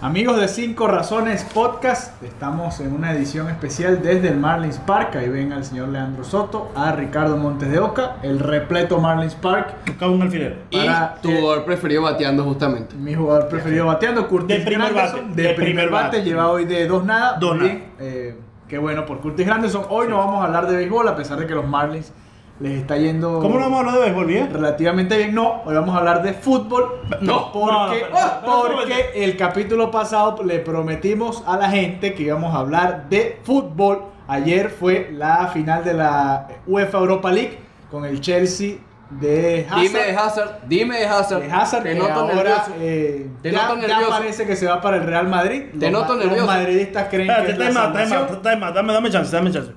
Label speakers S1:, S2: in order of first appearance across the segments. S1: Amigos de Cinco Razones Podcast, estamos en una edición especial desde el Marlins Park. Ahí ven al señor Leandro Soto, a Ricardo Montes de Oca, el repleto Marlins Park,
S2: Tocaba un alfiler.
S3: Y
S1: Para
S3: tu
S1: que-
S3: jugador preferido bateando justamente.
S1: mi jugador preferido bateando, Curtis
S2: De primer
S1: Granderson,
S2: bate,
S1: de, primer bate, lleva hoy de dos nada.
S2: Dos
S1: Muy
S2: nada.
S1: bien, eh, qué bueno por Curtis Granderson. Hoy no vamos a hablar de béisbol, a pesar de que los Marlins les está yendo
S2: ¿Cómo no vamos a hablar de béisbol, bien?
S1: relativamente bien. No, hoy vamos a hablar de fútbol.
S3: No.
S1: porque,
S2: No, no, no, no,
S1: porque el capítulo pasado le prometimos a la gente que íbamos a hablar de fútbol. Ayer fue la final de la UEFA Europa League con el Chelsea de Hazard.
S3: Dime de Hazard, dime de Hazard.
S1: De Hazard,
S3: te
S1: que
S3: noto
S1: ahora
S3: nervioso.
S1: eh,
S3: Te
S1: ya,
S3: noto
S1: ya
S3: nervioso.
S1: parece que se va para el Real Madrid.
S3: Te
S1: los,
S3: noto
S1: ma-
S3: nervioso.
S1: Los madridistas creen que
S4: Espérate,
S1: es la
S4: time out, time
S1: salvación.
S4: out, time out. Dame, dame chance, dame chance.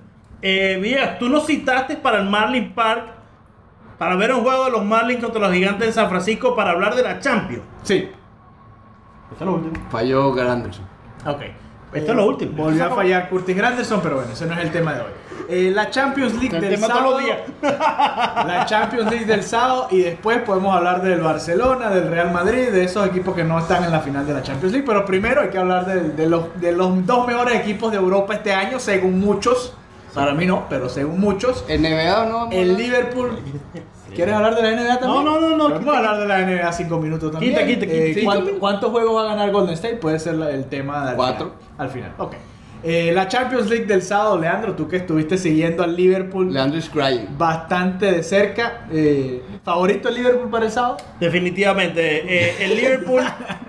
S4: Eh, Vías, tú nos citaste para el Marlin Park para ver un juego de los Marlins contra los Gigantes en San Francisco para hablar de la Champions.
S1: Sí,
S4: Esto es lo último.
S3: Falló Granderson.
S4: Ok. Esto es lo último.
S1: Eh, Volvió a fallar Curtis Granderson, pero bueno, ese no es el tema de hoy. Eh, la Champions League
S4: El
S1: del
S4: tema todos
S1: sábado.
S4: los días.
S1: la Champions League del sábado y después podemos hablar del Barcelona, del Real Madrid, de esos equipos que no están en la final de la Champions League. Pero primero hay que hablar del- de, los, de los dos mejores equipos de Europa este año, según muchos. Para mí no, pero según muchos.
S3: ¿En NBA o no?
S1: El Liverpool. ¿Quieres hablar de la NBA también?
S4: No, no, no, no,
S1: Pero Vamos
S4: quita.
S1: a hablar de la NBA cinco minutos también.
S4: Quita, quita, quita,
S1: Eh,
S4: sí,
S1: ¿cuánto-
S4: quita.
S1: ¿Cuántos juegos va a ganar Golden State? Puede ser la- el tema al
S3: Cuatro.
S1: final. Al final, ok. Eh, la Champions League del sábado, Leandro, tú que estuviste siguiendo al Liverpool
S3: Leandro is crying.
S1: bastante de cerca. eh, ¿Favorito el Liverpool para el sábado?
S4: Definitivamente. eh, el Liverpool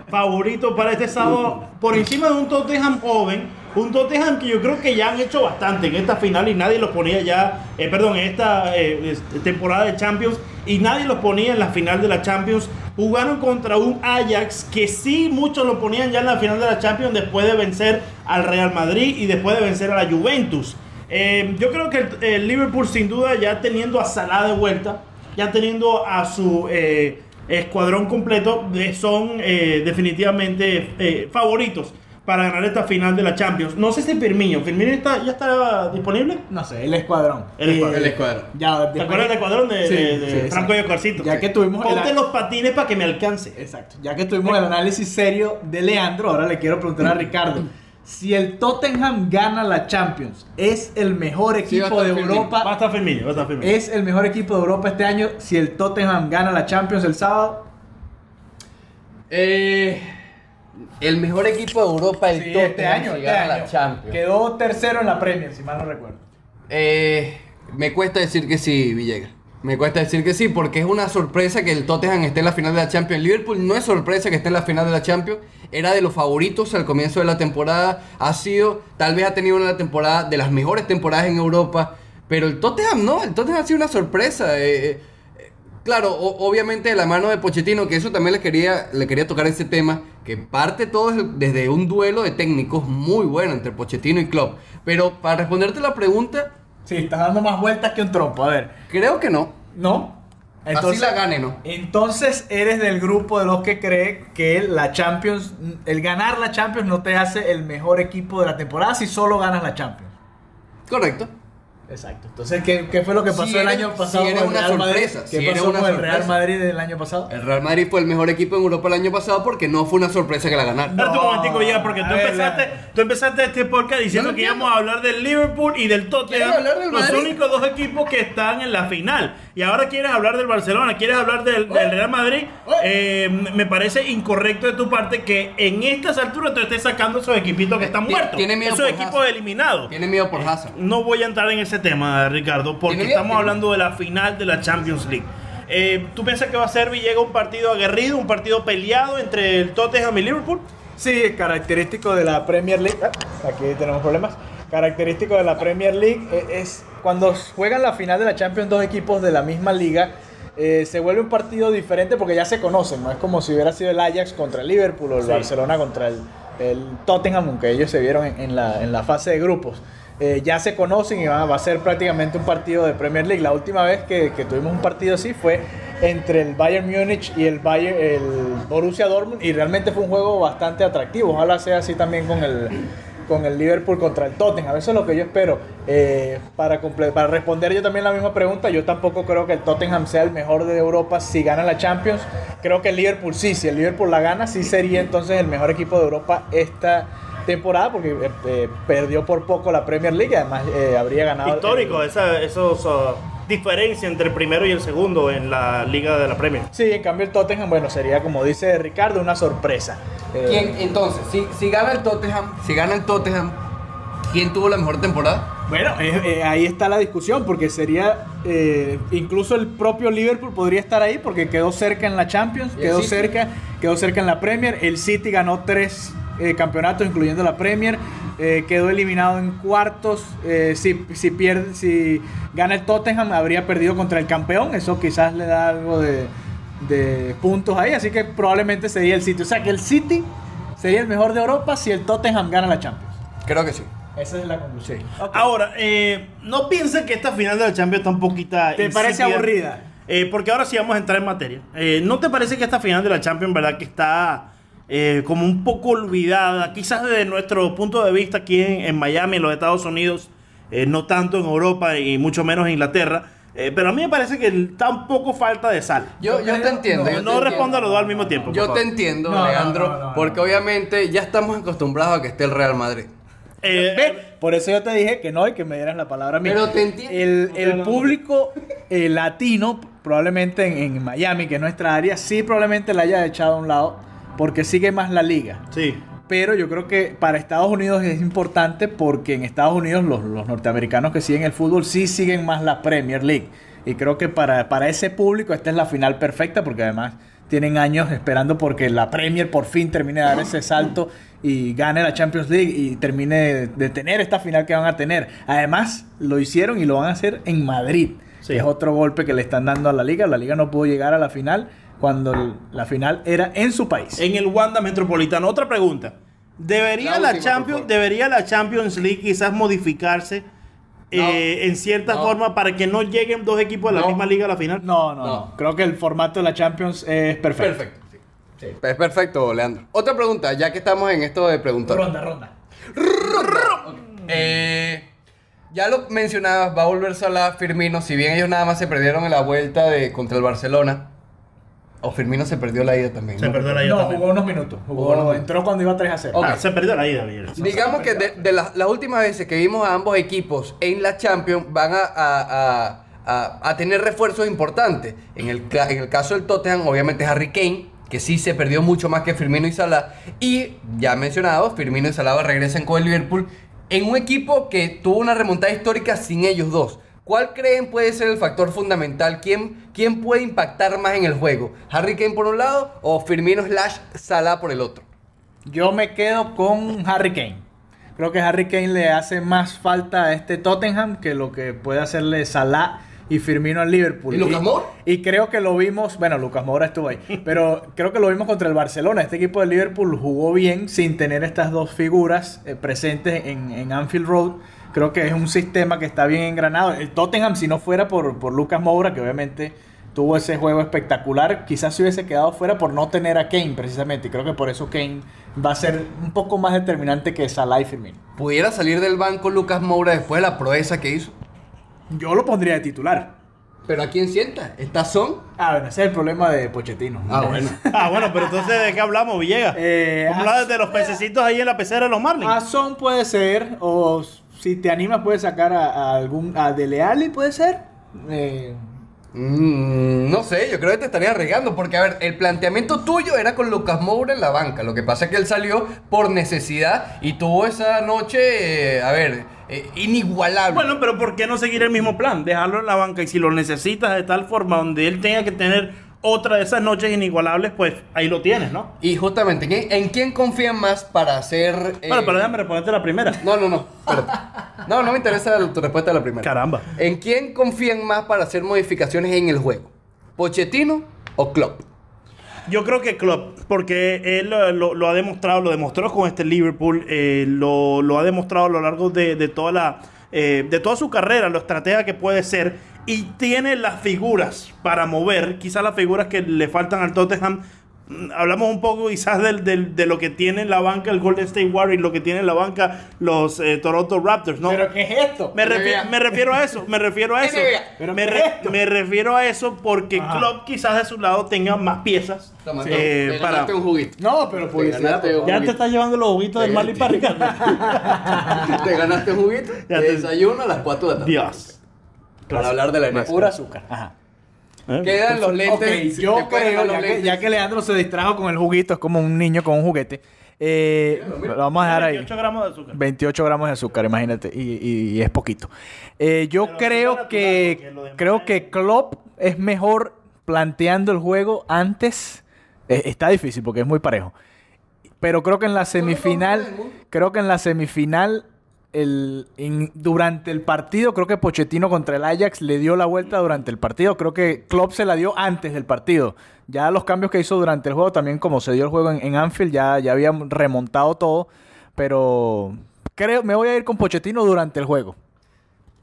S4: favorito para este sábado por encima de un Tottenham joven. Un Tottenham que yo creo que ya han hecho bastante en esta final y nadie los ponía ya, eh, perdón, en esta eh, es- temporada de Champions y nadie los ponía en la final de la Champions. Jugaron contra un Ajax que sí muchos lo ponían ya en la final de la Champions después de vencer al Real Madrid y después de vencer a la Juventus. Eh, yo creo que el, el Liverpool sin duda ya teniendo a Salah de vuelta, ya teniendo a su eh, escuadrón completo, de- son eh, definitivamente eh, favoritos para ganar esta final de la Champions. No sé si Firmino, Firmino está, ya está disponible.
S1: No sé, el escuadrón.
S4: El escuadrón.
S3: El escuadrón.
S1: Ya,
S4: ¿Te
S1: después-
S4: acuerdas del escuadrón de,
S1: Sí,
S4: de- de
S1: sí, exacto.
S4: Franco y Ocarcito?
S1: Ya que tuvimos el-
S4: Ponte los patines para que me alcance.
S1: Exacto. Ya que tuvimos el análisis serio de Leandro, ahora le quiero preguntar a Ricardo. Si el Tottenham gana la Champions, ¿es el mejor
S3: Sí, va a
S1: equipo de
S3: estar Firmino.
S4: Va a
S1: Europa?
S4: estar Firmino, va a estar Firmino.
S1: ¿Es el mejor equipo de Europa este año si el Tottenham gana la Champions el sábado?
S3: Eh, el mejor equipo de Europa, el
S1: este
S3: Tottenham, si gana la Champions.
S1: Quedó tercero en la Premier, si mal no recuerdo.
S3: Eh, me cuesta decir que sí, Villegas. Me cuesta decir que sí, porque es una sorpresa que el Tottenham esté en la final de la Champions. Liverpool no es sorpresa que esté en la final de la Champions. Era de los favoritos al comienzo de la temporada. Ha sido, tal vez ha tenido una temporada de las mejores temporadas en Europa. Pero el Tottenham no, el Tottenham ha sido una sorpresa. Eh, eh, Claro, o- obviamente de la mano de Pochettino, que eso también le quería, le quería tocar ese tema, que parte todo es desde un duelo de técnicos muy bueno entre Pochettino y Klopp. Pero para responderte la pregunta,
S1: Sí, estás dando más vueltas que un trompo. A ver,
S3: creo que no.
S1: ¿no?
S3: Así la gane, ¿no?
S1: Entonces eres del grupo de los que cree que la Champions, el ganar la Champions no te hace el mejor equipo de la temporada si solo ganas la Champions.
S3: Correcto.
S1: Exacto. Entonces, ¿qué, qué fue lo que
S3: Si
S1: pasó el
S3: eres-
S1: año pasado
S3: si eres
S1: con el
S3: una
S1: Real Madrid?
S3: sorpresa,
S1: ¿Qué
S3: si eres
S1: pasó
S3: una
S1: con el Real
S3: sorpresa.
S1: Madrid el año pasado?
S3: El Real Madrid fue el mejor equipo en Europa el año pasado porque no fue una sorpresa que la ganara.
S4: Espérate un momentico ya, porque
S1: A
S4: tú
S1: ver,
S4: empezaste,
S1: Leandro.
S4: tú empezaste este podcast diciendo
S3: No lo
S4: que
S3: entiendo.
S4: íbamos a hablar del Liverpool y del Tottenham,
S3: Quiero hablar del
S4: los
S3: Madrid.
S4: únicos dos equipos que están en la final. Y ahora quieres hablar del Barcelona, quieres hablar
S3: Oh.
S4: del, del Real Madrid. Eh, me parece incorrecto de tu parte que en estas alturas tú estés sacando esos equipitos que están
S3: Ti-
S4: muertos,
S3: tiene miedo
S4: esos
S3: por
S4: equipos
S3: Hazard.
S4: eliminados.
S3: Tiene miedo por Hazard.
S4: No voy a entrar en ese tema, Ricardo, porque
S3: Tiene miedo,
S4: estamos
S3: tiene
S4: hablando de la final de la Champions League. Eh, ¿Tú piensas que va a ser Villegas un partido aguerrido, un partido peleado entre el Tottenham y Liverpool?
S1: Sí, es característico de la Premier League. Ah, aquí tenemos problemas. Característico de la Premier League eh, es, cuando juegan la final de la Champions dos equipos de la misma liga. eh, se vuelve un partido diferente porque ya se conocen, no es como si hubiera sido el Ajax contra el Liverpool o el
S4: Sí.
S1: Barcelona contra el, el Tottenham, aunque ellos se vieron en, en la, en la fase de grupos. Eh, ya se conocen y van- va a ser prácticamente un partido de Premier League. La última vez que, que tuvimos un partido así fue entre el Bayern Múnich y el, Bayern, el Borussia Dortmund y realmente fue un juego bastante atractivo. Ojalá sea así también con el, con el Liverpool contra el Tottenham. Eso es lo que yo espero. Eh, para, comple- para responder yo también la misma pregunta, yo tampoco creo que el Tottenham sea el mejor de Europa si gana la Champions. Creo que el Liverpool sí, si el Liverpool la gana, sí sería entonces el mejor equipo de Europa esta temporada porque eh, eh, perdió por poco la Premier League y además eh, habría ganado.
S4: Histórico,
S1: eh,
S4: esa esos, ah, diferencia entre el primero y el segundo en la liga de la Premier.
S1: sí, en cambio el Tottenham, bueno, sería como dice Ricardo, una sorpresa. Eh,
S3: ¿Quién, entonces, si, si gana el Tottenham, si gana el Tottenham, ¿quién tuvo la mejor temporada?
S1: Bueno, eh, eh, ahí está la discusión, porque sería. eh, incluso el propio Liverpool podría estar ahí, porque quedó cerca en la Champions,
S3: ¿Y el
S1: quedó
S3: City?
S1: cerca, quedó cerca en la Premier. El City ganó tres eh, campeonatos, incluyendo la Premier. eh, quedó eliminado en cuartos. eh, si, si, pierde, si gana el Tottenham, habría perdido contra el campeón. Eso quizás le da algo de, de puntos ahí, así que probablemente sería el City. O sea que el City sería el mejor de Europa si el Tottenham gana la Champions.
S3: Creo que sí.
S1: Esa es la conclusión. Ok.
S4: Ahora, eh, no piensen que esta final de la Champions está un poquita...
S1: ¿Te parece
S4: insípida?
S1: aburrida?
S4: Eh, porque ahora sí vamos a entrar en materia. Eh, ¿No te parece que esta final de la Champions, verdad, que está eh, como un poco olvidada? Quizás desde nuestro punto de vista aquí en, en Miami, en los Estados Unidos, eh, no tanto en Europa y mucho menos en Inglaterra. Eh, pero a mí me parece que está un poco falta de sal.
S3: Yo, yo te entiendo.
S4: No,
S3: yo te
S4: no
S3: entiendo.
S4: respondo a los dos al mismo tiempo. por
S3: Yo
S4: favor.
S3: te entiendo,
S1: No, no,
S3: Leandro,
S1: no, no, no.
S3: porque obviamente ya estamos acostumbrados a que esté el Real Madrid.
S4: Eh,
S1: Ve, Por eso yo te dije que no y que me dieras la palabra a mí.
S3: Pero te entiendo.
S1: El, el público eh, latino, probablemente en, en Miami, que es nuestra área, sí probablemente la haya echado a un lado porque sigue más la liga.
S4: sí.
S1: Pero yo creo que para Estados Unidos es importante porque en Estados Unidos los, los norteamericanos que siguen el fútbol sí siguen más la Premier League. Y creo que para, para ese público esta es la final perfecta porque además tienen años esperando porque la Premier por fin termine de dar ese salto y gane la Champions League y termine de, de tener esta final que van a tener. Además lo hicieron y lo van a hacer en Madrid.
S4: Sí.
S1: que Es otro golpe que le están dando a la liga. La liga no pudo llegar a la final cuando el- la final era en su país.
S4: en el Wanda Metropolitano. Otra pregunta. ¿Debería
S3: La
S4: la,
S3: última, por
S4: Champions,
S3: favor.
S4: debería la Champions League quizás modificarse eh, en cierta
S3: No.
S4: forma para que no lleguen dos equipos de la
S3: No.
S4: misma liga a la final?
S1: No, no,
S3: No.
S1: no. Creo que el formato de la Champions es perfecto.
S3: Perfecto. sí. Sí, Es perfecto, Leandro. Otra pregunta, ya que estamos en esto de preguntar.
S1: Ronda, ronda.
S3: Eh, ya lo mencionabas, va a volver Salah, Firmino. Si bien ellos nada más se perdieron en la vuelta de contra el Barcelona, o Firmino se perdió la ida también.
S4: Se
S3: ¿no?
S4: perdió la ida
S1: No,
S4: también.
S1: jugó unos minutos.
S3: Jugó
S1: Jugó,
S3: unos minutos.
S1: entró cuando iba 3 a 0.
S3: Ok.
S4: Ah, se perdió la ida, Miguel.
S3: Digamos que de, de las, las últimas veces que vimos a ambos equipos en la Champions van a, a- a- a- a tener refuerzos importantes. En el, ca- en el caso del Tottenham, obviamente Harry Kane, que sí se perdió mucho más que Firmino y Salah. Y ya mencionado, Firmino y Salah regresan con el Liverpool en un equipo que tuvo una remontada histórica sin ellos dos. ¿Cuál creen puede ser el factor fundamental? ¿Quién, ¿Quién puede impactar más en el juego? ¿Harry Kane por un lado o Firmino slash Salah por el otro?
S1: Yo me quedo con Harry Kane. Creo que Harry Kane le hace más falta a este Tottenham que lo que puede hacerle Salah y Firmino al Liverpool.
S3: ¿Y Lucas Moura?
S1: Y creo que lo vimos, bueno, Lucas Moura estuvo ahí, pero creo que lo vimos contra el Barcelona. Este equipo de Liverpool jugó bien sin tener estas dos figuras eh, presentes en, en Anfield Road. Creo que es un sistema que está bien engranado. El Tottenham, si no fuera por, por Lucas Moura, que obviamente tuvo ese juego espectacular, quizás se hubiese quedado fuera por no tener a Kane precisamente. Y creo que por eso Kane va a ser un poco más determinante que Salah y Firmino.
S3: ¿Pudiera salir del banco Lucas Moura después de la proeza que hizo?
S1: Yo lo pondría de titular.
S3: ¿Pero a quién sienta? ¿Está Son?
S1: Ah, bueno, ese es el problema de Pochettino.
S3: Ah, bueno.
S4: Ah, bueno, pero entonces ¿de qué hablamos, Villegas?
S1: Eh,
S4: Vamos a hablar de los pececitos ahí en la pecera de los Marlins.
S1: A Son puede ser, o si te animas puedes sacar a, a algún, a Dele Alli puede ser. Eh,
S3: Mm, no sé, yo creo que te estaría regando porque, a ver, el planteamiento tuyo era con Lucas Moura en la banca. Lo que pasa es que él salió por necesidad y tuvo esa noche, eh, a ver, eh, inigualable.
S4: Bueno, pero ¿por qué no seguir el mismo plan? Dejarlo en la banca y si lo necesitas de tal forma donde él tenga que tener otra de esas noches inigualables, pues ahí lo tienes, ¿no?
S3: Y justamente, ¿quién- ¿en quién confían más para hacer. eh,
S4: Bueno, pero déjame responderte la primera.
S3: No, no, no. espérate. No, no me interesa la- tu respuesta a la primera.
S4: Caramba.
S3: ¿En quién confían más para hacer modificaciones en el juego? ¿Pochettino o Klopp?
S4: Yo creo que Klopp, porque él eh, lo, lo- lo ha demostrado, lo demostró con este Liverpool, eh, lo, lo ha demostrado a lo largo de, de toda la eh, de toda su carrera, lo estratega que puede ser y tiene las figuras para mover, quizás las figuras que le faltan al Tottenham. Mm, Hablamos un poco quizás del- del- de lo que tiene en la banca el Golden State Warriors, lo que tiene en la banca los eh, Toronto Raptors, ¿no?
S1: ¿Pero qué es esto?
S4: Me, refi-
S3: NBA.
S4: me refiero a eso, me refiero a eso.
S3: NBA.
S1: Pero
S4: Me,
S1: ¿qué
S4: re-
S1: es esto?
S4: me refiero a eso porque
S1: Ajá.
S4: Klopp quizás de su lado tenga más piezas.
S3: Toma,
S4: eh,
S3: Tom, te
S4: para...
S3: ganaste un juguito.
S1: No, pero publicidad,
S3: ganaste
S1: por favor.
S3: un
S4: Ya te estás llevando los juguitos del Marley para
S3: Te ganaste un juguito.
S4: Ya
S3: de
S4: te-
S3: Desayuno a las 4 de la tarde.
S4: Dios.
S3: Para hablar de la NFL.
S1: Pura azúcar. Ajá.
S4: ¿Eh?
S3: Quedan los lentes.
S1: Ok, yo
S3: te pueden
S1: creo,
S3: dar los
S1: ya que,
S3: lentes.
S1: ya que Leandro se distrajo con el juguito, es como un niño con un juguete. eh, lo vamos a dejar ahí.
S4: 28 gramos de azúcar.
S1: 28 gramos de azúcar, imagínate, y, y- y es poquito. Eh, yo
S4: Pero
S1: creo
S4: azúcar
S1: que
S4: natural, porque lo demás
S1: creo
S4: es-
S1: que Klopp es mejor planteando el juego antes. Eh, está difícil porque es muy parejo. Pero creo que en la
S3: todo el
S1: semifinal,
S3: mundo.
S1: creo que en la semifinal, el, en- durante el partido, creo que Pochettino contra el Ajax le dio la vuelta durante el partido. Creo que Klopp se la dio antes del partido. Ya los cambios que hizo durante el juego, también como se dio el juego en, en Anfield, ya, ya habían remontado todo. Pero creo, me voy a ir con Pochettino durante el juego.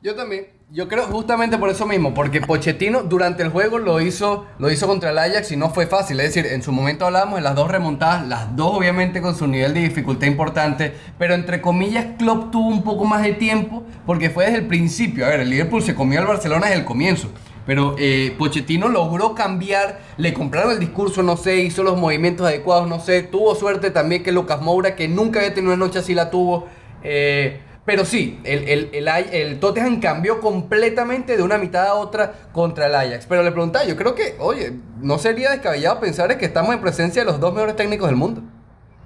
S3: Yo también. Yo creo justamente por eso mismo, porque Pochettino durante el juego lo hizo, lo hizo contra el Ajax y no fue fácil. Es decir, en su momento hablábamos de las dos remontadas, las dos obviamente con su nivel de dificultad importante, pero entre comillas Klopp tuvo un poco más de tiempo porque fue desde el principio. A ver, el Liverpool se comió al Barcelona desde el comienzo. Pero eh, Pochettino logró cambiar, le compraron el discurso, no sé, hizo los movimientos adecuados, no sé. Tuvo suerte también que Lucas Moura, que nunca había tenido una noche así, la tuvo. Eh, pero sí, el, el, el, Aj- el Tottenham cambió completamente de una mitad a otra contra el Ajax. Pero le preguntaba, yo creo que, oye, no sería descabellado pensar en que estamos en presencia de los dos mejores técnicos del mundo.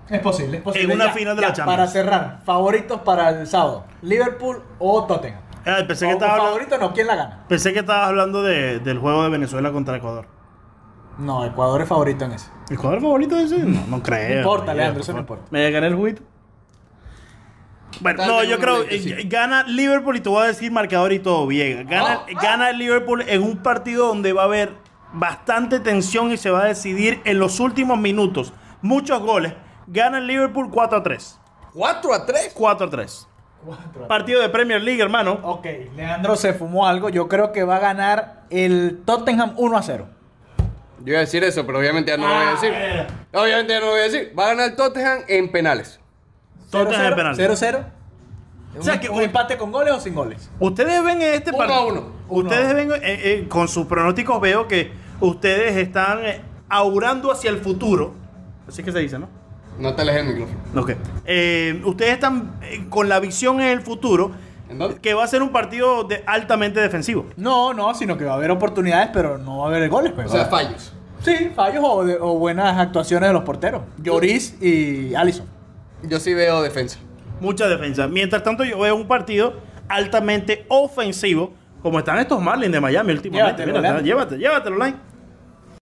S1: Es posible, es
S4: posible. una Ya, final de ya, la Champions.
S1: Para
S4: para
S1: cerrar, favoritos para el sábado: Liverpool o Tottenham.
S4: Ah, pensé, que estabas hablando,
S1: no, ¿quién la gana?
S4: pensé que estabas hablando de- del juego de Venezuela contra Ecuador.
S1: No, Ecuador es favorito en eso.
S4: ¿Ecuador favorito de ese? No, no creo.
S1: No importa,
S4: Mira,
S1: Leandro, eso
S4: por
S1: no
S4: favor.
S1: importa.
S4: ¿Me gané el juguito? Bueno,
S3: Tal
S4: no,
S3: vez
S4: yo
S3: un
S4: creo
S3: momento, sí.
S4: eh, gana Liverpool y te voy a decir marcador y todo bien. Gana, gana Liverpool en un partido donde va a haber bastante tensión y se va a decidir en los últimos minutos. Muchos goles. Gana el Liverpool 4 a 3.
S3: ¿4 a 3?
S4: 4 a 3. Partido de Premier League, hermano.
S1: Ok, Leandro se fumó algo. Yo creo que va a ganar el Tottenham 1 a 0.
S3: Yo iba a decir eso, pero obviamente ya no lo voy a decir. Obviamente ya no lo voy a decir. Va a ganar el Tottenham en penales.
S4: Tottenham en penales.
S1: 0 0.
S4: O sea que-
S1: un empate con goles o sin goles.
S4: Ustedes ven en este
S3: Uno a
S4: partido.
S3: uno.
S4: Ustedes
S1: Uno a
S4: ven eh, eh, con sus pronósticos veo que ustedes están eh, augurando hacia el futuro. Así que se dice, ¿no?
S3: No te alejes el micrófono.
S4: Ok. Eh, ustedes están eh, con la visión en el futuro
S3: ¿En dónde?
S4: que va a ser un partido de- altamente defensivo.
S1: No, no, sino que va a haber oportunidades, pero no va a haber goles.
S3: O
S1: Pues,
S3: sea,
S1: ¿verdad?
S3: fallos.
S1: sí, fallos o, de- o buenas actuaciones de los porteros. Lloris y Allison.
S3: Yo sí veo defensa.
S4: Mucha defensa. Mientras tanto, yo veo un partido altamente ofensivo, como están estos Marlins de Miami últimamente.
S1: Llévatelo,
S4: Mira,
S1: Leandro.
S4: llévate, llévatelo, Line.